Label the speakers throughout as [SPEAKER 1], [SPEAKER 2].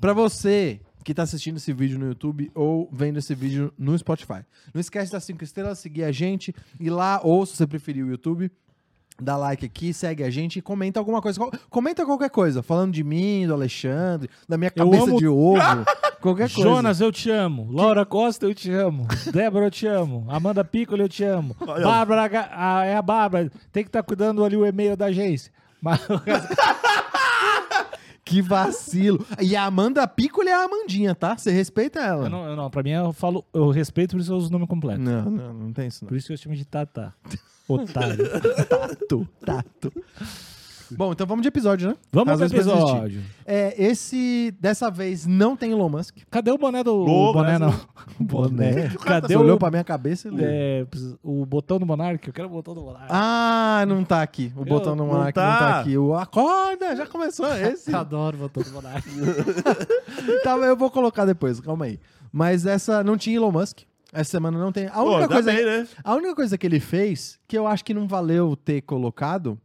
[SPEAKER 1] Pra você que tá assistindo esse vídeo no YouTube ou vendo esse vídeo no Spotify. Não esquece das 5 estrelas, seguir a gente, ir lá, ou se você preferir o YouTube, dá like aqui, segue a gente e comenta alguma coisa. Co- Comenta qualquer coisa, falando de mim, do Alexandre, da minha
[SPEAKER 2] Eu
[SPEAKER 1] cabeça
[SPEAKER 2] amo-
[SPEAKER 1] de ovo, qualquer coisa.
[SPEAKER 2] Jonas, eu te amo. Laura Costa, eu te amo. Débora, eu te amo. Amanda Piccolo, eu te amo.
[SPEAKER 3] Olha.
[SPEAKER 2] Bárbara, Ga- ah, é a Bárbara. Tem que estar cuidando ali o e-mail da agência. Mas
[SPEAKER 1] Que vacilo. E a Amanda Piccoli é a Amandinha, tá? Você respeita ela.
[SPEAKER 2] eu não, eu não, pra mim eu falo, eu respeito por isso eu uso o nome completo.
[SPEAKER 1] não, não, não tem isso não.
[SPEAKER 2] Por isso que eu chamo de Tata. Otário.
[SPEAKER 1] Tato, tato. Tá. Bom, então vamos de episódio, né?
[SPEAKER 2] Vamos
[SPEAKER 1] Às
[SPEAKER 2] pro
[SPEAKER 1] vezes precisa
[SPEAKER 2] episódio.
[SPEAKER 1] existir. É, esse, dessa vez, não tem Elon Musk. Né?
[SPEAKER 2] Cadê o boné do.
[SPEAKER 3] Boa,
[SPEAKER 2] o boné
[SPEAKER 3] essa-
[SPEAKER 2] não. O
[SPEAKER 3] né?
[SPEAKER 2] boné. Cadê
[SPEAKER 1] Você olhou
[SPEAKER 2] o,
[SPEAKER 1] tá pra minha cabeça e leu.
[SPEAKER 2] é, o botão do Monark? Eu quero o botão do Monark.
[SPEAKER 1] Ah, não tá aqui. O botão do
[SPEAKER 3] não
[SPEAKER 1] Monark
[SPEAKER 3] tá.
[SPEAKER 1] não tá aqui. O acorda, já começou esse.
[SPEAKER 2] Adoro o botão do Monark.
[SPEAKER 1] tá, eu vou colocar depois, calma aí. Mas essa não tinha Elon Musk. Essa semana não tem. A
[SPEAKER 3] Pô,
[SPEAKER 1] única
[SPEAKER 3] ainda
[SPEAKER 1] coisa
[SPEAKER 3] bem, né?
[SPEAKER 1] A única coisa que ele fez, que eu acho que não valeu ter colocado,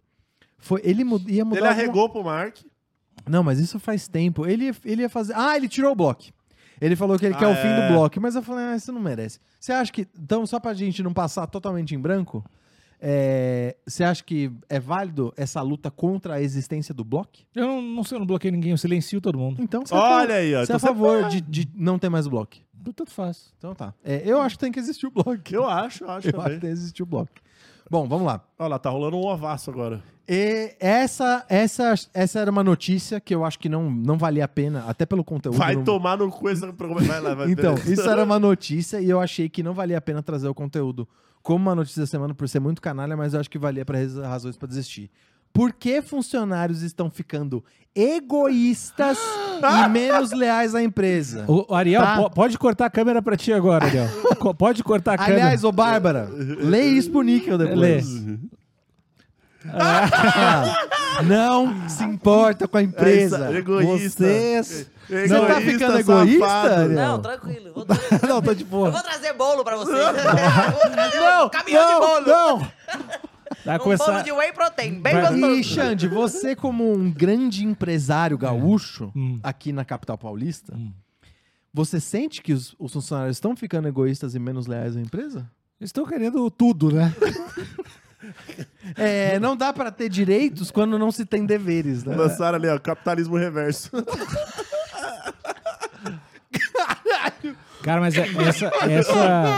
[SPEAKER 1] foi. Ele mu- ia mudar.
[SPEAKER 3] Ele
[SPEAKER 1] alguma-
[SPEAKER 3] arregou pro Mark.
[SPEAKER 1] Não, mas isso faz tempo. Ele, ia- ele ia fazer. Ah, ele tirou o bloco. Ele falou que ele quer
[SPEAKER 3] Ah,
[SPEAKER 1] o fim
[SPEAKER 3] é.
[SPEAKER 1] do bloco, mas eu falei, ah, isso não merece. Você acha que. Então, só pra gente não passar totalmente em branco, é, você acha que é válido essa luta contra a existência do bloco?
[SPEAKER 2] Eu não, não sei, eu não bloqueei ninguém, eu silencio todo mundo.
[SPEAKER 1] Então, você
[SPEAKER 3] Olha
[SPEAKER 1] é,
[SPEAKER 3] aí, ó.
[SPEAKER 1] a fa- você é
[SPEAKER 3] Então
[SPEAKER 1] a
[SPEAKER 3] você-
[SPEAKER 1] favor de, de não ter mais o bloco.
[SPEAKER 2] Tanto faz.
[SPEAKER 1] Então tá. É, eu acho que tem que existir o bloco.
[SPEAKER 3] Eu acho, eu acho
[SPEAKER 1] Eu acho que
[SPEAKER 3] também.
[SPEAKER 1] tem que existir o bloco. Bom, vamos lá.
[SPEAKER 3] Olha lá, tá rolando um ovaço agora.
[SPEAKER 1] E essa, essa, essa era uma notícia que eu acho que não, não valia a pena, até pelo conteúdo.
[SPEAKER 3] Vai
[SPEAKER 1] não-
[SPEAKER 3] tomar no cu essa programa. Vai lá, vai
[SPEAKER 1] Então,
[SPEAKER 3] beleza.
[SPEAKER 1] isso era uma notícia e eu achei que não valia a pena trazer o conteúdo como uma notícia da semana por ser muito canalha, mas eu acho que valia para razões para desistir. Por que funcionários estão ficando egoístas e menos leais à empresa?
[SPEAKER 2] O, o Ariel,
[SPEAKER 1] Tá.
[SPEAKER 2] po- pode cortar a câmera pra ti agora, Ariel. Co- pode cortar a câmera.
[SPEAKER 1] Aliás, ô Bárbara, lê isso pro Níquel
[SPEAKER 2] Lê.
[SPEAKER 1] depois. Ah, não se importa com a empresa.
[SPEAKER 3] É isso, egoísta.
[SPEAKER 1] Vocês...
[SPEAKER 3] Egoísta,
[SPEAKER 1] Você tá ficando
[SPEAKER 3] safado.
[SPEAKER 1] egoísta? Ariel?
[SPEAKER 4] Não, tranquilo. Vou trazer,
[SPEAKER 1] Não, tô de boa.
[SPEAKER 4] eu vou trazer bolo pra vocês. Eu vou trazer um caminhão de bolo.
[SPEAKER 1] Não!
[SPEAKER 2] Vai
[SPEAKER 4] um
[SPEAKER 2] começar...
[SPEAKER 4] bolo de whey protein,
[SPEAKER 1] É
[SPEAKER 4] bem
[SPEAKER 2] Vai-
[SPEAKER 4] gostoso.
[SPEAKER 1] E, Xande, você como um grande empresário gaúcho aqui na capital paulista, você sente que os, os funcionários estão ficando egoístas e menos leais à empresa?
[SPEAKER 2] Estou querendo tudo, né?
[SPEAKER 1] É, não dá pra ter direitos quando não se tem deveres, né?
[SPEAKER 3] Lançaram ali, ó, capitalismo reverso.
[SPEAKER 2] Cara, mas é- essa... essa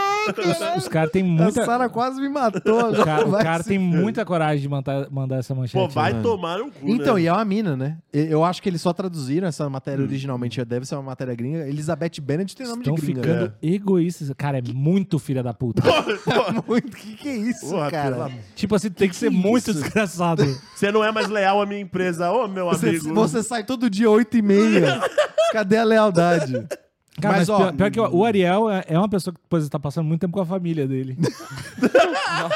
[SPEAKER 2] os os caras têm
[SPEAKER 1] É. A
[SPEAKER 2] muita...
[SPEAKER 1] Sara quase me matou.
[SPEAKER 2] O cara, o
[SPEAKER 1] Vai
[SPEAKER 2] cara
[SPEAKER 1] se-
[SPEAKER 2] tem muita coragem de mandar, mandar essa manchete.
[SPEAKER 3] Pô, vai
[SPEAKER 2] né?
[SPEAKER 3] tomar no cu.
[SPEAKER 1] Então,
[SPEAKER 3] né?
[SPEAKER 1] e é uma mina, né? E- Eu acho que eles só traduziram essa matéria originalmente, deve ser uma matéria gringa. Elizabeth Bennet tem nome
[SPEAKER 2] Estão
[SPEAKER 1] de gringa.
[SPEAKER 2] ficando egoístas. Cara, é muito filha da puta.
[SPEAKER 1] Muito, que que é isso,
[SPEAKER 3] Porra, pelo
[SPEAKER 1] cara?
[SPEAKER 3] amor.
[SPEAKER 2] tipo assim, tem que ser muito desgraçado.
[SPEAKER 3] Você não é mais leal à minha empresa, ô meu
[SPEAKER 1] Você,
[SPEAKER 3] amigo.
[SPEAKER 1] você sai todo dia 8 e meia. Cadê a lealdade?
[SPEAKER 2] Cara,
[SPEAKER 1] Mas,
[SPEAKER 2] mas,
[SPEAKER 1] ó,
[SPEAKER 2] pior, pior que o o Ariel é é uma pessoa que depois tá passando muito tempo com a família dele.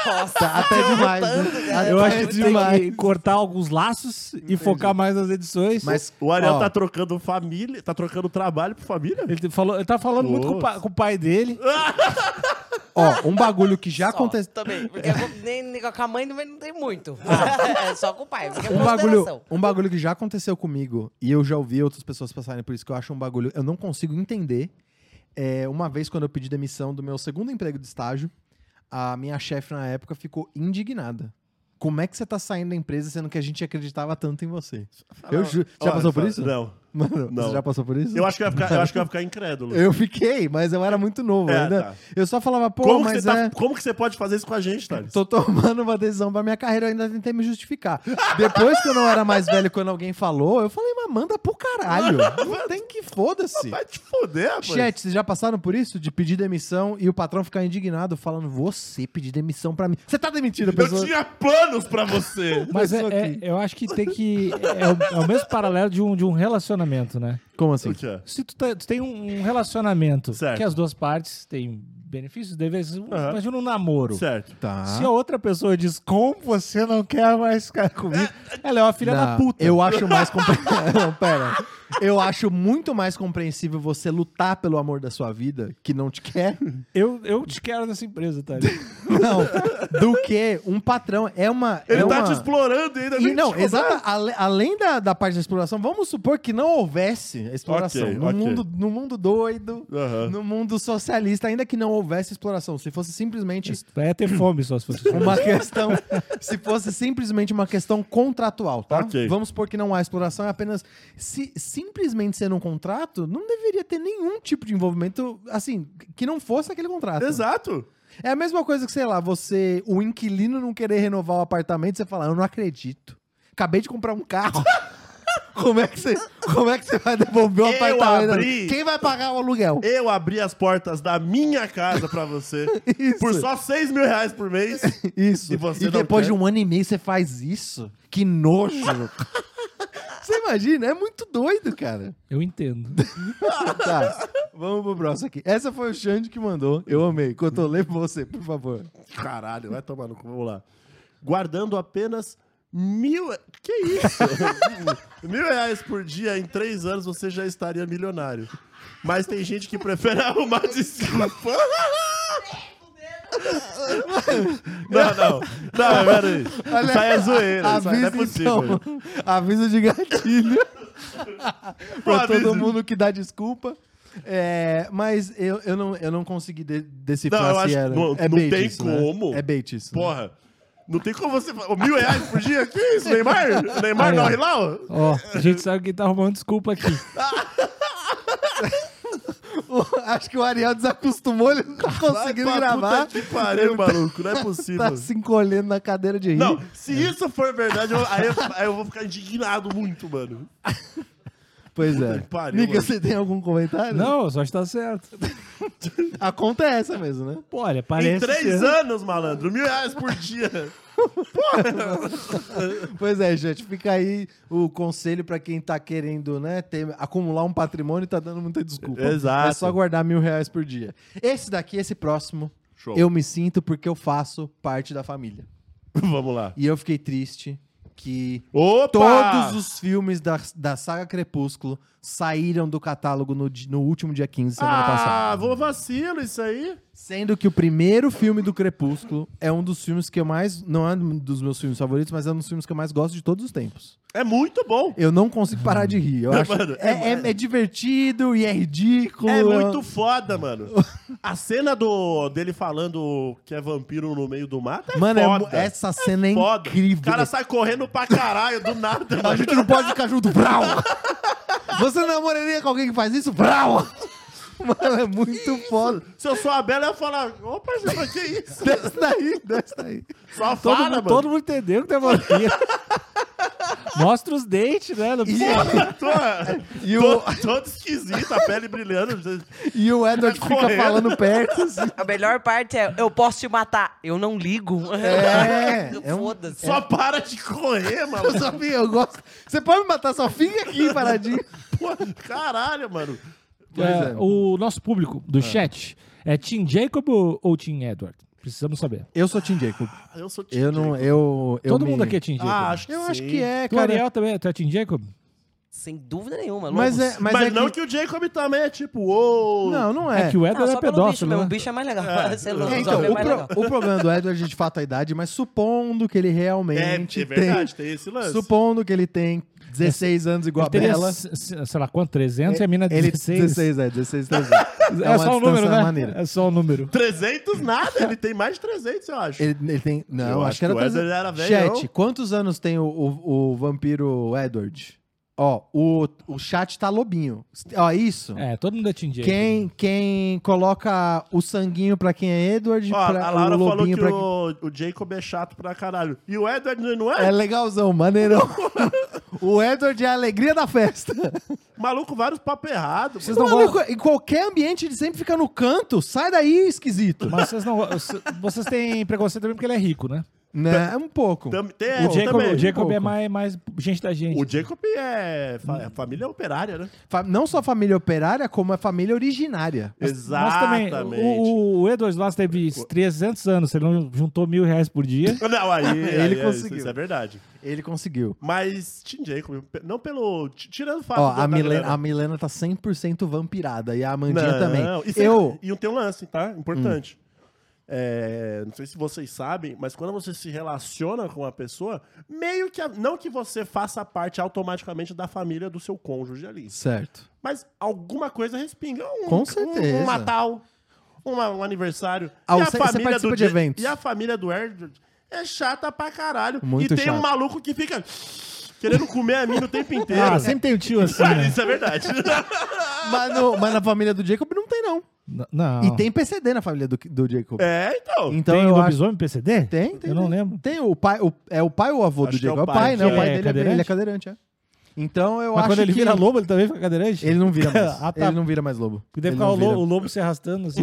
[SPEAKER 4] Nossa,
[SPEAKER 1] Tá até demais. né? Até
[SPEAKER 2] Eu acho que
[SPEAKER 1] demais.
[SPEAKER 2] tem que cortar alguns laços e focar mais nas edições.
[SPEAKER 1] Mas
[SPEAKER 3] O Ariel
[SPEAKER 1] ó,
[SPEAKER 3] tá trocando família, tá trocando trabalho por família?
[SPEAKER 2] ele, te falou, ele tá falando muito com o, pa-
[SPEAKER 3] Nossa.
[SPEAKER 2] com o pai dele.
[SPEAKER 1] ó, um bagulho que já
[SPEAKER 4] só,
[SPEAKER 1] aconteceu.
[SPEAKER 4] Também, porque eu vou- nem, nem com a mãe também não tem muito. é só com o pai, porque é
[SPEAKER 1] Um bagulho,
[SPEAKER 4] consideração.
[SPEAKER 1] um bagulho que já aconteceu comigo e eu já ouvi outras pessoas passarem por isso, que eu acho um bagulho. Eu não consigo entender. É, uma vez, quando eu pedi demissão do meu segundo emprego de estágio, a minha chefe na época ficou indignada. Como é que você tá saindo da empresa sendo que a gente acreditava tanto em você? Eu juro. Já
[SPEAKER 3] Olha,
[SPEAKER 1] passou por
[SPEAKER 3] fala-
[SPEAKER 1] isso?
[SPEAKER 3] Não.
[SPEAKER 1] Mano,
[SPEAKER 3] Não.
[SPEAKER 1] você já passou por isso?
[SPEAKER 3] Eu acho que vai ficar, eu acho que vai ficar incrédulo.
[SPEAKER 1] Eu fiquei, mas eu era muito novo
[SPEAKER 3] É,
[SPEAKER 1] ainda.
[SPEAKER 3] tá.
[SPEAKER 1] Eu só falava, pô,
[SPEAKER 3] como, que
[SPEAKER 1] mas
[SPEAKER 3] você tá-
[SPEAKER 1] é.
[SPEAKER 3] como que você pode fazer isso com a gente, Thales?
[SPEAKER 1] Tô tomando uma decisão pra minha carreira, eu ainda tentei me justificar. Depois que eu não era mais velho, quando alguém falou, eu falei, mas manda pro caralho. Não tem que foda-se.
[SPEAKER 3] Vai te foder, rapaz.
[SPEAKER 1] Chat, vocês já passaram por isso? De pedir demissão e o patrão ficar indignado falando, você pedir demissão pra mim. Você tá demitido,
[SPEAKER 3] eu
[SPEAKER 1] pessoa.
[SPEAKER 3] tinha planos pra você.
[SPEAKER 2] Mas é,
[SPEAKER 1] Começou
[SPEAKER 2] é-
[SPEAKER 1] aqui.
[SPEAKER 2] eu acho que tem que. É, o, é o mesmo paralelo de um, de um relacionamento, né?
[SPEAKER 1] Como assim?
[SPEAKER 3] O quê?
[SPEAKER 2] Se tu, tá- tu tem um um relacionamento
[SPEAKER 3] Certo.
[SPEAKER 2] que as duas partes têm benefícios, deveres. Imagina um namoro.
[SPEAKER 3] Certo.
[SPEAKER 1] Tá.
[SPEAKER 2] Se a outra pessoa diz, como você não quer mais ficar comigo? Ela é uma filha da
[SPEAKER 1] Não,
[SPEAKER 2] puta.
[SPEAKER 1] Eu acho mais complicado. não, pera. Eu acho muito mais compreensível você lutar pelo amor da sua vida, que não te quer,
[SPEAKER 2] Eu, eu te quero nessa empresa, tá?
[SPEAKER 1] não, do que um patrão. É uma.
[SPEAKER 3] Ele
[SPEAKER 1] é
[SPEAKER 3] tá
[SPEAKER 1] uma...
[SPEAKER 3] te explorando ainda.
[SPEAKER 1] E
[SPEAKER 3] nem
[SPEAKER 1] não,
[SPEAKER 3] te-
[SPEAKER 1] exata, ale- além da, da parte da exploração, vamos supor que não houvesse a exploração.
[SPEAKER 3] Ok,
[SPEAKER 1] no,
[SPEAKER 3] ok.
[SPEAKER 1] Mundo, no mundo doido,
[SPEAKER 3] Aham.
[SPEAKER 1] no mundo socialista, ainda que não houvesse exploração. Se fosse simplesmente
[SPEAKER 2] É ter fome só se fosse. assim.
[SPEAKER 1] uma questão. se fosse simplesmente uma questão contratual, tá?
[SPEAKER 3] Ok.
[SPEAKER 1] Vamos supor que não há exploração, é apenas. Se simplesmente sendo um contrato, não deveria ter nenhum tipo de envolvimento, assim, que não fosse aquele contrato.
[SPEAKER 3] Exato.
[SPEAKER 1] É a mesma coisa que, sei lá, você, o inquilino não querer renovar o apartamento, você fala, eu não acredito. Acabei de comprar um carro. como, é que você, como é que você vai devolver o
[SPEAKER 3] Eu
[SPEAKER 1] apartamento?
[SPEAKER 3] abri.
[SPEAKER 1] Quem vai pagar o aluguel?
[SPEAKER 3] Eu abri as portas da minha casa pra você
[SPEAKER 1] Isso.
[SPEAKER 3] por só 6 mil reais por mês.
[SPEAKER 1] Isso.
[SPEAKER 3] E você
[SPEAKER 1] E
[SPEAKER 3] não
[SPEAKER 1] depois de
[SPEAKER 3] quer?
[SPEAKER 1] um ano e meio você faz isso? Que nojo. você imagina? É muito doido, cara.
[SPEAKER 2] Eu entendo.
[SPEAKER 1] Tá, vamos pro próximo aqui. Essa foi o Xande que mandou. Eu amei. Cotolê pra você, por favor.
[SPEAKER 3] Caralho, vai tomar no cu. Vamos lá. Guardando apenas mil. Que isso? mil reais por dia em três anos você já estaria milionário. Mas tem gente que prefere arrumar desculpa. Não, não. Não, peraí.
[SPEAKER 1] Olha,
[SPEAKER 3] Isso aí é zoeira. Isso aí
[SPEAKER 1] Avisa,
[SPEAKER 3] não é possível.
[SPEAKER 1] então. Avisa de gatilho. pra
[SPEAKER 3] Avisa.
[SPEAKER 1] todo mundo que dá desculpa. É, mas eu, eu, não, eu não consegui de- decifrar
[SPEAKER 3] Não, eu
[SPEAKER 1] se
[SPEAKER 3] acho-
[SPEAKER 1] era.
[SPEAKER 3] não-
[SPEAKER 1] é
[SPEAKER 3] não
[SPEAKER 1] bait
[SPEAKER 3] tem
[SPEAKER 1] isso, né?
[SPEAKER 3] como.
[SPEAKER 1] É bait isso. né?
[SPEAKER 3] Porra. Não tem como você. fa- Mil reais por dia? Que isso, Neymar? Neymar
[SPEAKER 2] Aí,
[SPEAKER 3] não,
[SPEAKER 2] ó.
[SPEAKER 3] Rilau?
[SPEAKER 2] Ó, a gente sabe quem tá arrumando desculpa aqui.
[SPEAKER 1] Acho que o Ariel desacostumou, ele não tá conseguindo
[SPEAKER 3] Vai pra
[SPEAKER 1] gravar.
[SPEAKER 3] Puta que pariu, maluco. Não é
[SPEAKER 1] Tá
[SPEAKER 3] possível.
[SPEAKER 1] se encolhendo na cadeira de rir.
[SPEAKER 3] Não, se isso for verdade, eu, aí, eu, aí eu vou ficar indignado muito, mano.
[SPEAKER 1] Pois
[SPEAKER 3] Puta
[SPEAKER 1] é.
[SPEAKER 3] que pariu,
[SPEAKER 1] Mica,
[SPEAKER 3] mano.
[SPEAKER 1] você tem algum comentário?
[SPEAKER 2] Não, só está certo.
[SPEAKER 1] A conta é essa mesmo, né?
[SPEAKER 2] Pô, olha,
[SPEAKER 3] Em
[SPEAKER 2] parece.
[SPEAKER 3] três
[SPEAKER 2] ser-
[SPEAKER 3] anos, malandro, mil reais por dia.
[SPEAKER 1] Pois é, gente. Fica aí o conselho pra quem tá querendo, né, ter- acumular um patrimônio e tá dando muita desculpa.
[SPEAKER 3] Exato.
[SPEAKER 1] É só guardar mil reais por dia. Esse daqui, esse próximo,
[SPEAKER 3] Show.
[SPEAKER 1] eu me sinto porque eu faço parte da família.
[SPEAKER 3] Vamos lá.
[SPEAKER 1] E eu fiquei triste que
[SPEAKER 3] Opa!
[SPEAKER 1] todos os filmes da, da saga Crepúsculo saíram do catálogo no, di- no último dia 15, semana passada.
[SPEAKER 3] Ah, vou vacilo isso aí.
[SPEAKER 1] Sendo que o primeiro filme do Crepúsculo é um dos filmes que eu mais. Não é um dos meus filmes favoritos, mas é um dos filmes que eu mais gosto de todos os tempos.
[SPEAKER 3] É muito bom.
[SPEAKER 1] Eu não consigo parar de rir. Eu acho,
[SPEAKER 3] mano,
[SPEAKER 1] é, é- é divertido e é ridículo.
[SPEAKER 3] É muito foda, mano. A cena do dele falando que é vampiro no meio do mato é
[SPEAKER 1] Mano, é mu-
[SPEAKER 3] foda.
[SPEAKER 1] essa cena é
[SPEAKER 3] foda.
[SPEAKER 1] incrível.
[SPEAKER 3] O cara sai correndo pra caralho do nada,
[SPEAKER 1] A
[SPEAKER 3] mano.
[SPEAKER 1] gente não pode ficar junto, Brau! Você namoraria com alguém que faz isso? Brau! Mano, é muito foda.
[SPEAKER 3] Se eu sou a Bela, eu ia falar, ô parceiro, mas que isso?
[SPEAKER 1] Desce daí, desce daí.
[SPEAKER 3] Só
[SPEAKER 2] Todo,
[SPEAKER 3] fala,
[SPEAKER 2] mundo,
[SPEAKER 3] mano.
[SPEAKER 2] todo mundo entendeu que tem vampiro. Mostra os dentes, né? Não precisa-
[SPEAKER 3] Tô,
[SPEAKER 1] E o-
[SPEAKER 3] tô- todo esquisito, a pele brilhando.
[SPEAKER 1] E o Edward
[SPEAKER 3] Tá
[SPEAKER 1] fica
[SPEAKER 3] correndo.
[SPEAKER 1] falando perto. assim.
[SPEAKER 4] A melhor parte é, eu posso te matar. Eu não ligo.
[SPEAKER 1] É, é um-
[SPEAKER 4] Foda-se.
[SPEAKER 3] Só para de correr, mano.
[SPEAKER 1] Eu sabia, eu gosto. Você pode me matar, só fica aqui paradinho.
[SPEAKER 3] Pô, caralho, mano.
[SPEAKER 1] Pois
[SPEAKER 2] É,
[SPEAKER 1] é.
[SPEAKER 2] O nosso público do chat é Tim Jacob ou, ou Tim Edward? Precisamos saber.
[SPEAKER 1] Eu sou Tim Jacob.
[SPEAKER 3] Ah, Eu sou
[SPEAKER 1] Eu não, eu, eu
[SPEAKER 2] Todo
[SPEAKER 1] me-
[SPEAKER 2] mundo aqui é Tim Jacob.
[SPEAKER 3] Ah, acho que
[SPEAKER 1] Eu
[SPEAKER 3] sim.
[SPEAKER 1] acho que é,
[SPEAKER 2] tu,
[SPEAKER 1] cara.
[SPEAKER 2] Ariel, também tu é Tim Jacob?
[SPEAKER 4] Sem dúvida nenhuma,
[SPEAKER 1] mas
[SPEAKER 4] Lobos.
[SPEAKER 1] é,
[SPEAKER 3] Mas,
[SPEAKER 1] mas é
[SPEAKER 3] não
[SPEAKER 1] que...
[SPEAKER 3] que... o Jacob também é tipo, uou.
[SPEAKER 1] Não, não é.
[SPEAKER 2] É que o
[SPEAKER 4] Ah,
[SPEAKER 2] Edward
[SPEAKER 4] só
[SPEAKER 2] é
[SPEAKER 4] pelo bicho
[SPEAKER 2] pedófilo,
[SPEAKER 4] mesmo. O
[SPEAKER 2] né?
[SPEAKER 4] bicho é mais legal. Ser lobo,
[SPEAKER 1] É,
[SPEAKER 4] só
[SPEAKER 1] então,
[SPEAKER 4] é
[SPEAKER 1] o,
[SPEAKER 4] mais
[SPEAKER 1] pro-
[SPEAKER 4] legal.
[SPEAKER 1] o problema do Edward é de fato a idade, mas supondo que ele
[SPEAKER 3] É,
[SPEAKER 1] realmente
[SPEAKER 3] é verdade, tem esse
[SPEAKER 1] tem...
[SPEAKER 3] lance.
[SPEAKER 1] Supondo que ele tem 16 anos igual
[SPEAKER 2] Ele
[SPEAKER 1] a
[SPEAKER 2] teria,
[SPEAKER 1] Bela...
[SPEAKER 2] se- se- sei lá, quanto? 300 e a mina
[SPEAKER 1] Ele
[SPEAKER 2] 16.
[SPEAKER 1] 16, é, 16, 13.
[SPEAKER 2] É, só o número, né? É só o número.
[SPEAKER 3] 300 nada, ele tem mais de 300, eu acho.
[SPEAKER 1] Ele, ele tem. Não,
[SPEAKER 3] Eu
[SPEAKER 1] acho,
[SPEAKER 3] acho
[SPEAKER 1] que era.
[SPEAKER 3] que o
[SPEAKER 1] 300.
[SPEAKER 3] Edward era velho,
[SPEAKER 1] Chat,
[SPEAKER 3] não?
[SPEAKER 1] quantos anos tem o, o, o vampiro Edward? Ó, o, o chat tá lobinho. Ó, isso.
[SPEAKER 2] É, todo mundo é Tim Jacob.
[SPEAKER 1] Quem, quem coloca o sanguinho pra quem é Edward,
[SPEAKER 3] Ó,
[SPEAKER 1] pra,
[SPEAKER 3] a Laura
[SPEAKER 1] o
[SPEAKER 3] falou
[SPEAKER 1] lobinho
[SPEAKER 3] que
[SPEAKER 1] pra quem...
[SPEAKER 3] o, o Jacob é chato pra caralho. E o Edward não é?
[SPEAKER 1] É legalzão, maneirão. o Edward é a alegria da festa.
[SPEAKER 3] Maluco, vários papos errados.
[SPEAKER 2] Vocês
[SPEAKER 3] mano.
[SPEAKER 2] não
[SPEAKER 1] Maluco,
[SPEAKER 2] gostam-
[SPEAKER 1] em qualquer ambiente ele sempre fica no canto. Sai daí, esquisito.
[SPEAKER 2] Mas vocês não. Vocês têm preconceito também porque ele é rico, né?
[SPEAKER 1] Né? É um pouco.
[SPEAKER 3] Tam- tem- é,
[SPEAKER 2] o Jacob,
[SPEAKER 3] também.
[SPEAKER 2] o Jacob é
[SPEAKER 1] pouco.
[SPEAKER 2] mais, mais gente da gente.
[SPEAKER 3] O Jacob é fa- família operária, né?
[SPEAKER 1] Fa- Não só a família operária, como a família originária.
[SPEAKER 2] Mas também, o, o Edward Loss teve 300 anos, ele não juntou mil reais por dia.
[SPEAKER 3] Não, aí, ele conseguiu. Isso,
[SPEAKER 1] conseguiu.
[SPEAKER 3] é verdade.
[SPEAKER 1] Ele conseguiu.
[SPEAKER 3] Mas Tim Jacob, pe- não pelo. t- Tirando o fato
[SPEAKER 1] Ó,
[SPEAKER 3] da-
[SPEAKER 1] a
[SPEAKER 3] da
[SPEAKER 1] Milena,
[SPEAKER 3] galera-
[SPEAKER 1] a Milena tá 100% vampirada e a Amandinha
[SPEAKER 3] Não,
[SPEAKER 1] também.
[SPEAKER 3] E, sem-
[SPEAKER 1] Eu, Hum.
[SPEAKER 3] e tem um lance, tá? Importante. É, não sei se vocês sabem, mas quando você se relaciona com uma pessoa, meio que. a- não que você faça parte automaticamente da família do seu cônjuge ali.
[SPEAKER 1] certo.
[SPEAKER 3] Mas alguma coisa respinga. Um,
[SPEAKER 1] Com
[SPEAKER 3] um-
[SPEAKER 1] certeza.
[SPEAKER 3] Um, Natal, uma- um aniversário.
[SPEAKER 1] Ah, você- você participa de
[SPEAKER 3] Ja-
[SPEAKER 1] eventos.
[SPEAKER 3] E a família do Edward é chata pra caralho.
[SPEAKER 1] Muito
[SPEAKER 3] e tem
[SPEAKER 1] chata.
[SPEAKER 3] um maluco que fica querendo comer a mina o tempo inteiro.
[SPEAKER 2] Ah, sempre tem um tio assim,
[SPEAKER 3] Ah,
[SPEAKER 2] né?
[SPEAKER 3] Isso é verdade.
[SPEAKER 1] Mas, no- mas na família do Jacob não tem, não.
[SPEAKER 2] N- Não.
[SPEAKER 1] E tem PCD na família do, do Jacob.
[SPEAKER 3] é, então.
[SPEAKER 1] Então
[SPEAKER 2] tem
[SPEAKER 1] eu acho...
[SPEAKER 2] lobisomem PCD?
[SPEAKER 1] Tem, tem.
[SPEAKER 2] Eu não
[SPEAKER 1] tem.
[SPEAKER 2] lembro.
[SPEAKER 1] Tem o pai, o- é o pai ou o avô
[SPEAKER 3] Acho
[SPEAKER 1] do
[SPEAKER 3] que é
[SPEAKER 1] Jacob?
[SPEAKER 3] o
[SPEAKER 1] É o
[SPEAKER 3] pai,
[SPEAKER 1] pai, né? O
[SPEAKER 2] que
[SPEAKER 1] pai
[SPEAKER 2] é
[SPEAKER 1] dele é, ele é
[SPEAKER 2] cadeirante?
[SPEAKER 1] cadeirante, é. Então eu
[SPEAKER 2] Mas
[SPEAKER 1] acho
[SPEAKER 2] quando ele
[SPEAKER 1] que
[SPEAKER 2] vira lobo, ele também fica cadeirante?
[SPEAKER 1] ele não vira mais.
[SPEAKER 2] Ah, tá.
[SPEAKER 1] Ele não vira mais lobo.
[SPEAKER 2] Porque deve
[SPEAKER 1] Ele
[SPEAKER 2] ficar o
[SPEAKER 1] não
[SPEAKER 2] lo- o
[SPEAKER 1] vira.
[SPEAKER 2] lobo, se arrastando assim.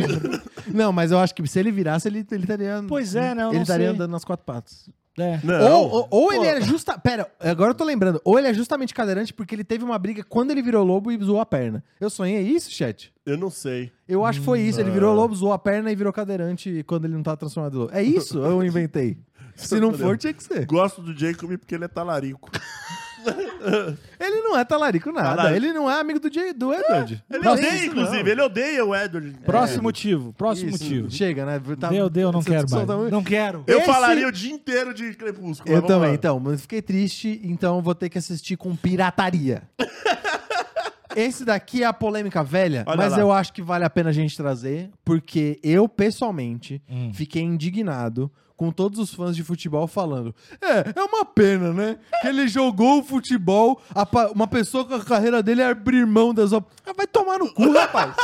[SPEAKER 1] Não, mas eu acho que se ele virasse, ele, ele estaria.
[SPEAKER 2] Pois é, né? Eu
[SPEAKER 1] Ele
[SPEAKER 2] não
[SPEAKER 1] estaria
[SPEAKER 2] sei.
[SPEAKER 1] andando nas quatro patas.
[SPEAKER 2] É.
[SPEAKER 3] Não.
[SPEAKER 1] Ou, ou, ou ele era justa. Pera, agora eu tô lembrando. Ou ele é justamente cadeirante porque ele teve uma briga quando ele virou lobo e zoou a perna. Eu sonhei é isso, chat?
[SPEAKER 3] Eu não sei.
[SPEAKER 1] Eu acho que foi isso. Ele
[SPEAKER 3] Ah.
[SPEAKER 1] virou lobo, zoou a perna e virou cadeirante quando ele não tá transformado em lobo. É isso? Eu inventei. Se não for, tinha que ser.
[SPEAKER 3] Gosto do Jacob porque ele é talarico.
[SPEAKER 1] Ele não é talarico nada.
[SPEAKER 3] Talarico. É,
[SPEAKER 1] Ele não é amigo do, J, do Edward.
[SPEAKER 3] Ele
[SPEAKER 1] Não,
[SPEAKER 3] odeia,
[SPEAKER 1] isso não.
[SPEAKER 3] inclusive. Ele odeia o Edward.
[SPEAKER 2] Próximo motivo. Próximo
[SPEAKER 1] É. Isso.
[SPEAKER 2] motivo.
[SPEAKER 1] Chega, né? Tá-
[SPEAKER 2] Deu, deu, não
[SPEAKER 1] essa
[SPEAKER 2] quero
[SPEAKER 1] discussão
[SPEAKER 2] mais.
[SPEAKER 1] tá muito-
[SPEAKER 2] Não quero.
[SPEAKER 3] É. Eu
[SPEAKER 1] Esse-
[SPEAKER 3] falaria o dia inteiro de Crepúsculo. mas
[SPEAKER 1] Eu
[SPEAKER 3] vamos
[SPEAKER 1] também,
[SPEAKER 3] lá.
[SPEAKER 1] então. Mas fiquei triste, então vou ter que assistir com pirataria. Esse daqui é a polêmica velha,
[SPEAKER 3] Olha
[SPEAKER 1] mas
[SPEAKER 3] lá.
[SPEAKER 1] eu acho que vale a pena a gente trazer, porque eu, pessoalmente,
[SPEAKER 2] Hum.
[SPEAKER 1] fiquei indignado com todos os fãs de futebol falando. É, é uma pena, né? Que ele jogou o futebol, a pa- uma pessoa com a carreira dele é abrir mão das... op- Ah, vai tomar no cu, rapaz!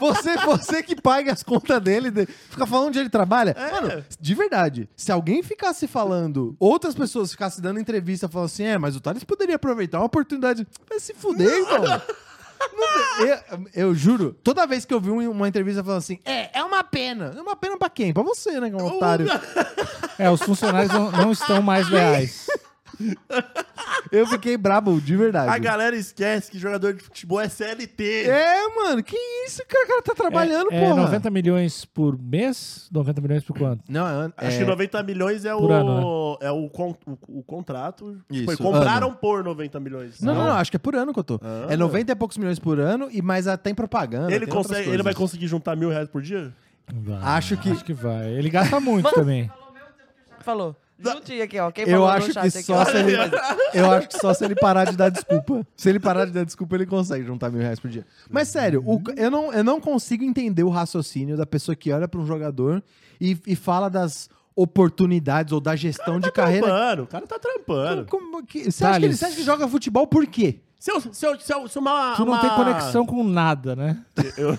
[SPEAKER 1] Você, você que paga as contas dele, de- fica falando onde ele trabalha.
[SPEAKER 3] É.
[SPEAKER 1] Mano, de verdade, se alguém ficasse falando, outras pessoas ficassem dando entrevista falando assim, é, mas o Thales poderia aproveitar uma oportunidade. Vai se fuder, então. Eu, eu juro, toda vez que eu vi um- uma entrevista falando assim, é, é uma pena. É uma pena pra quem? Pra você, né, que é um otário.
[SPEAKER 2] É, os funcionários não, não estão mais leais.
[SPEAKER 1] tá Eu fiquei brabo, de verdade.
[SPEAKER 3] A galera esquece que jogador de futebol é CLT.
[SPEAKER 1] É, mano, que isso, cara? O cara tá trabalhando,
[SPEAKER 2] é,
[SPEAKER 1] porra.
[SPEAKER 2] É 90 milhões por mês? 90 milhões por quanto?
[SPEAKER 1] Não, é, an-
[SPEAKER 3] Acho
[SPEAKER 1] é-
[SPEAKER 3] que 90 milhões é, o,
[SPEAKER 2] Por ano, né?
[SPEAKER 3] é o, con- o- o contrato.
[SPEAKER 1] Isso,
[SPEAKER 3] Foi, compraram por 90 milhões.
[SPEAKER 1] Não, não, não, acho que é por ano que eu tô.
[SPEAKER 3] Ah.
[SPEAKER 1] É 90 e poucos milhões por ano, e mas ah, tem propaganda.
[SPEAKER 3] Ele,
[SPEAKER 1] tem outras
[SPEAKER 3] consegue, ele vai
[SPEAKER 1] coisas.
[SPEAKER 3] conseguir juntar mil reais por dia?
[SPEAKER 2] Vai,
[SPEAKER 1] Acho que-
[SPEAKER 2] Acho que vai. Ele gasta muito também.
[SPEAKER 4] Falou. Junte aqui, ó. Quem
[SPEAKER 1] Eu
[SPEAKER 4] falou
[SPEAKER 1] acho
[SPEAKER 4] no
[SPEAKER 1] que
[SPEAKER 4] chat aqui,
[SPEAKER 1] só
[SPEAKER 4] ó.
[SPEAKER 1] se ele. Eu acho que só se ele parar de dar desculpa. Se ele parar de dar desculpa, ele consegue juntar mil reais por dia. Mas sério, o ca- eu, não, eu não consigo entender o raciocínio da pessoa que olha pra um jogador e, e fala das oportunidades ou da gestão de carreira.
[SPEAKER 3] Trampando, o cara tá trampando.
[SPEAKER 1] Como que- você, acha que ele,
[SPEAKER 2] Thales.
[SPEAKER 1] você acha que joga futebol por quê?
[SPEAKER 3] Se, eu, se, eu, se, eu, se uma.
[SPEAKER 2] Tu não
[SPEAKER 3] uma-
[SPEAKER 2] tem conexão com nada, né?
[SPEAKER 3] Eu-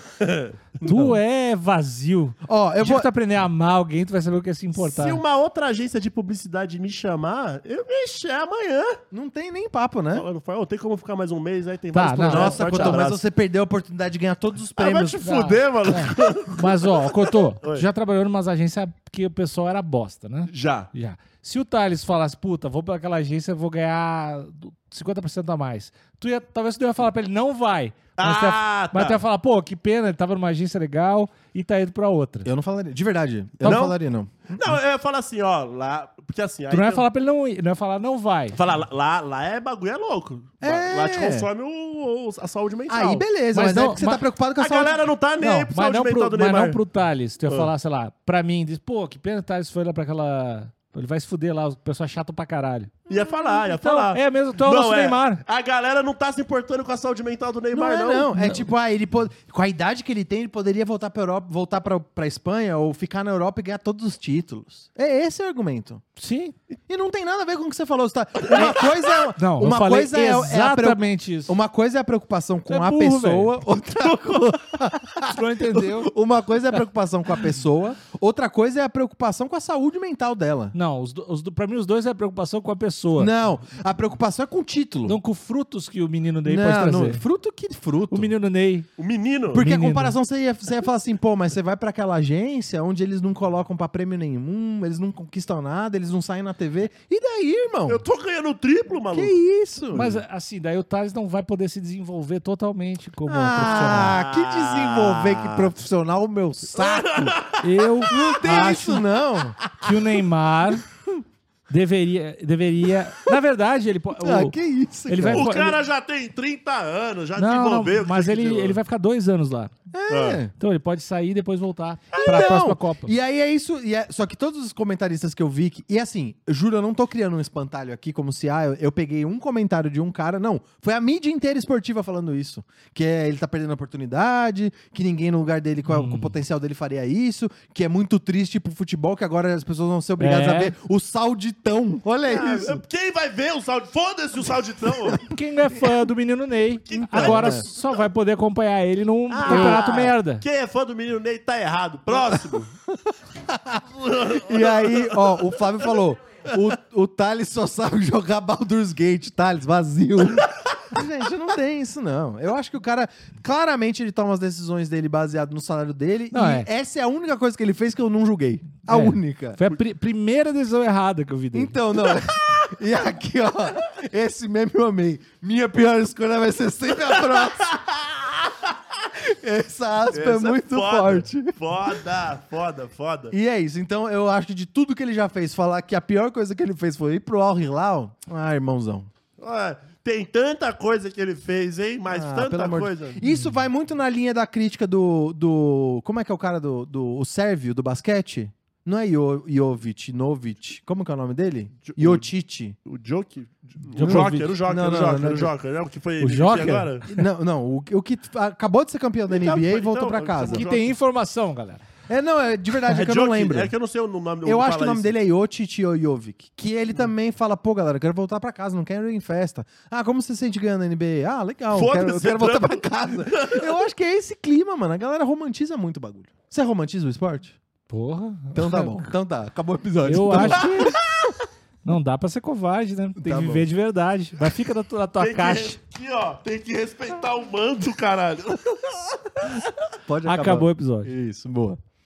[SPEAKER 2] Tu é vazio.
[SPEAKER 1] Ó, eu
[SPEAKER 2] Eu
[SPEAKER 1] vou.
[SPEAKER 2] vou... tu aprender a amar alguém, tu vai saber o que é se importar.
[SPEAKER 3] Se uma outra agência de publicidade me chamar, eu me chamo amanhã.
[SPEAKER 1] Não tem nem papo, né?
[SPEAKER 3] Eu falo, tem como ficar mais um mês aí, tem
[SPEAKER 2] É. Tá,
[SPEAKER 3] vários
[SPEAKER 2] não,
[SPEAKER 3] projetos,
[SPEAKER 1] Nossa,
[SPEAKER 3] forte
[SPEAKER 1] quanto mais
[SPEAKER 3] um abraço.
[SPEAKER 1] você perdeu a oportunidade de ganhar todos os
[SPEAKER 3] Ah, vai
[SPEAKER 1] prêmios.
[SPEAKER 3] te
[SPEAKER 2] tá.
[SPEAKER 3] fuder, mano.
[SPEAKER 2] Mas, ó, Cotô,
[SPEAKER 3] Oi.
[SPEAKER 2] tu já trabalhou em umas agências que o pessoal era bosta, né?
[SPEAKER 3] Já.
[SPEAKER 2] Já. Se o Thales falasse, puta, vou pra aquela agência, vou ganhar do- 50% a mais. Tu ia, talvez tu ia falar pra ele, não vai. Mas, tu ia,
[SPEAKER 3] Ah,
[SPEAKER 2] mas
[SPEAKER 3] tá.
[SPEAKER 2] tu ia falar, pô, que pena, ele tava numa agência legal e tá indo pra outra.
[SPEAKER 1] Eu não falaria. De verdade. Eu
[SPEAKER 2] Não?
[SPEAKER 1] não falaria, não.
[SPEAKER 3] Não, eu ia falar assim, ó, lá. Porque assim. aí
[SPEAKER 2] Tu não ia
[SPEAKER 3] tem-
[SPEAKER 2] falar pra ele não ir, não ia falar, não vai.
[SPEAKER 3] Falar, lá, lá, lá é bagulho, é louco. Lá-
[SPEAKER 1] É.
[SPEAKER 3] Lá te consome o, o- a saúde mental.
[SPEAKER 1] Aí beleza, mas,
[SPEAKER 2] Mas
[SPEAKER 1] é
[SPEAKER 2] não-
[SPEAKER 1] porque você
[SPEAKER 2] mas-
[SPEAKER 1] tá preocupado com a,
[SPEAKER 3] A
[SPEAKER 1] saúde.
[SPEAKER 3] galera não tá nem aí
[SPEAKER 2] Não,
[SPEAKER 3] pro
[SPEAKER 2] mas,
[SPEAKER 3] saúde
[SPEAKER 2] não
[SPEAKER 3] mental
[SPEAKER 2] pro,
[SPEAKER 3] do
[SPEAKER 2] mas
[SPEAKER 3] Neymar. Ah.
[SPEAKER 2] não pro Thales. Tu ia falar, sei lá, pra mim, diz, pô, que pena o Thales foi lá pra aquela. Ele vai se fuder lá, o pessoal é chato pra caralho.
[SPEAKER 3] Ia falar, ia
[SPEAKER 2] Então,
[SPEAKER 3] falar.
[SPEAKER 2] é mesmo, tu é o nosso Neymar.
[SPEAKER 3] A galera não tá se importando com a saúde mental do
[SPEAKER 1] Não,
[SPEAKER 3] Neymar, não.
[SPEAKER 1] é, não. É tipo, ah, ele po- com a idade que ele tem, ele poderia voltar pra Europa, voltar pra, pra Espanha ou ficar na Europa e ganhar todos os títulos. É esse o argumento.
[SPEAKER 2] Sim.
[SPEAKER 1] E não tem nada a ver com o que você falou. Você tá... Uma coisa é,
[SPEAKER 2] Não,
[SPEAKER 1] uma
[SPEAKER 2] eu falei
[SPEAKER 1] coisa é, é a preo-
[SPEAKER 2] exatamente isso.
[SPEAKER 1] uma coisa é a preocupação com
[SPEAKER 2] Você é
[SPEAKER 1] a
[SPEAKER 2] burro,
[SPEAKER 1] pessoa, outra
[SPEAKER 2] Tu não entendeu?
[SPEAKER 1] uma coisa é a preocupação com a pessoa, Outra coisa é a preocupação com a saúde mental dela.
[SPEAKER 2] Não, os, do- os, do- pra mim os dois é preocupação com a pessoa.
[SPEAKER 1] Não, a preocupação é com o título.
[SPEAKER 2] Não com frutos que o menino Ney pode
[SPEAKER 1] não,
[SPEAKER 2] trazer.
[SPEAKER 1] não, fruto que fruto.
[SPEAKER 2] O menino Ney.
[SPEAKER 3] O menino.
[SPEAKER 1] Porque
[SPEAKER 2] Menino.
[SPEAKER 1] a comparação você ia, você ia falar assim, pô, mas você vai pra aquela agência onde eles não colocam pra prêmio nenhum, eles não conquistam nada, eles não saem na TV. E daí, irmão?
[SPEAKER 3] Eu tô ganhando o triplo,
[SPEAKER 1] Que
[SPEAKER 3] maluco.
[SPEAKER 1] isso?
[SPEAKER 2] Mas assim, daí o Thales não vai poder se desenvolver totalmente como um
[SPEAKER 1] ah, que
[SPEAKER 3] profissional.
[SPEAKER 1] desenvolver que profissional o meu saco.
[SPEAKER 2] profissional. Eu
[SPEAKER 1] Não tem
[SPEAKER 2] acho
[SPEAKER 1] isso, não.
[SPEAKER 2] que o Neymar deveria. deveria... Na verdade, ele pode.
[SPEAKER 1] Ah, que isso,
[SPEAKER 2] ele
[SPEAKER 1] cara.
[SPEAKER 2] vai-
[SPEAKER 3] O cara já tem 30 anos, já
[SPEAKER 2] Não,
[SPEAKER 3] desenvolveu.
[SPEAKER 2] não,
[SPEAKER 3] o que
[SPEAKER 2] mas
[SPEAKER 3] tem que
[SPEAKER 2] ele,
[SPEAKER 3] desenvolver.
[SPEAKER 2] ele vai ficar dois anos lá.
[SPEAKER 1] É.
[SPEAKER 2] Então ele pode sair e depois voltar pra
[SPEAKER 1] Então,
[SPEAKER 2] próxima Copa.
[SPEAKER 1] E aí é isso. e é- só que todos os comentaristas que eu vi. que- e assim, eu juro, eu não tô criando um espantalho aqui, como se ah, eu, eu peguei um comentário de um cara. Não. Foi a mídia inteira esportiva falando isso. Que é, ele tá perdendo a oportunidade, que ninguém no lugar dele, com,
[SPEAKER 2] Hum.
[SPEAKER 1] a- com o potencial dele, faria isso, que é muito triste pro futebol, que agora as pessoas vão ser obrigadas
[SPEAKER 2] É.
[SPEAKER 1] a ver o sauditão. Olha isso.
[SPEAKER 3] Ah, Quem vai ver o saldo? Foda-se o salditão!
[SPEAKER 2] Quem é fã do menino Ney, agora só vai poder acompanhar ele num
[SPEAKER 3] Ah,
[SPEAKER 2] campeonato merda.
[SPEAKER 3] Quem é fã do menino Ney tá errado. Próximo!
[SPEAKER 1] E aí, ó, o Flávio falou: o, o Thales só sabe jogar Baldur's Gate, Thales, vazio. Gente, não tem isso, não. Eu acho que o cara, claramente, ele toma as decisões dele baseado no salário dele.
[SPEAKER 2] Não,
[SPEAKER 1] e
[SPEAKER 2] é.
[SPEAKER 1] essa é a única coisa que ele fez que eu não julguei. A
[SPEAKER 2] É.
[SPEAKER 1] única.
[SPEAKER 2] Foi a pri- primeira decisão errada que eu vi dele.
[SPEAKER 1] Então, não. E aqui, ó, esse meme eu amei. Minha pior escolha vai ser sempre a próxima. Essa aspa é
[SPEAKER 3] Essa
[SPEAKER 1] muito
[SPEAKER 3] foda.
[SPEAKER 1] forte.
[SPEAKER 3] Foda, foda, foda.
[SPEAKER 1] E é isso. Então, eu acho que de tudo que ele já fez, falar que a pior coisa que ele fez foi ir pro Al Hilal. Ah, irmãozão.
[SPEAKER 3] Ah, tem tanta coisa que ele fez, hein? Mas
[SPEAKER 1] Ah, pelo
[SPEAKER 3] tanta
[SPEAKER 1] amor de-
[SPEAKER 3] coisa.
[SPEAKER 1] Isso vai muito na linha da crítica do. do como é que é o cara do. do o sérvio do basquete? Não é Jo- Jovic, Novic. Como que é o nome dele?
[SPEAKER 3] Jo-
[SPEAKER 1] Jotic.
[SPEAKER 3] O Joke? O
[SPEAKER 2] Djokovic.
[SPEAKER 3] Joker, era o Joker,
[SPEAKER 1] Não,
[SPEAKER 3] era o
[SPEAKER 1] não, não,
[SPEAKER 3] Joker,
[SPEAKER 1] É
[SPEAKER 3] era o
[SPEAKER 1] não.
[SPEAKER 3] Joker. né? O que foi
[SPEAKER 2] O
[SPEAKER 3] demitido
[SPEAKER 2] Joker?
[SPEAKER 3] agora?
[SPEAKER 1] Não, não. O, o que acabou de ser campeão da NBA
[SPEAKER 3] Então,
[SPEAKER 1] e
[SPEAKER 3] então,
[SPEAKER 1] voltou pra
[SPEAKER 3] então,
[SPEAKER 1] casa.
[SPEAKER 2] Aqui tem informação, galera.
[SPEAKER 1] É, não, é de verdade, é, que eu não
[SPEAKER 3] Joker,
[SPEAKER 1] lembro.
[SPEAKER 3] É que eu não sei o nome
[SPEAKER 1] Eu acho que o nome dele é Jotic Jovic. Que ele também fala, pô, galera, eu quero voltar pra casa, não quero ir em festa. Ah, como você se sente ganhando na NBA? Ah, legal, eu quero, eu
[SPEAKER 3] Foda-se,
[SPEAKER 1] quero voltar pra
[SPEAKER 3] trampa.
[SPEAKER 1] casa. Eu acho que é esse clima, mano. A galera romantiza muito o bagulho. Você romantiza o esporte?
[SPEAKER 2] Porra.
[SPEAKER 1] Então tá bom. Então tá, acabou o episódio.
[SPEAKER 2] Eu
[SPEAKER 1] Então-
[SPEAKER 2] acho que. Não dá pra ser covarde, né? Tem
[SPEAKER 1] Tá
[SPEAKER 2] que viver de verdade. Vai fica na tua, na tua
[SPEAKER 3] Tem que,
[SPEAKER 2] caixa.
[SPEAKER 3] aqui, ó, tem que respeitar o manto, caralho.
[SPEAKER 1] Pode acabar.
[SPEAKER 2] Acabou o episódio.
[SPEAKER 1] Isso, boa.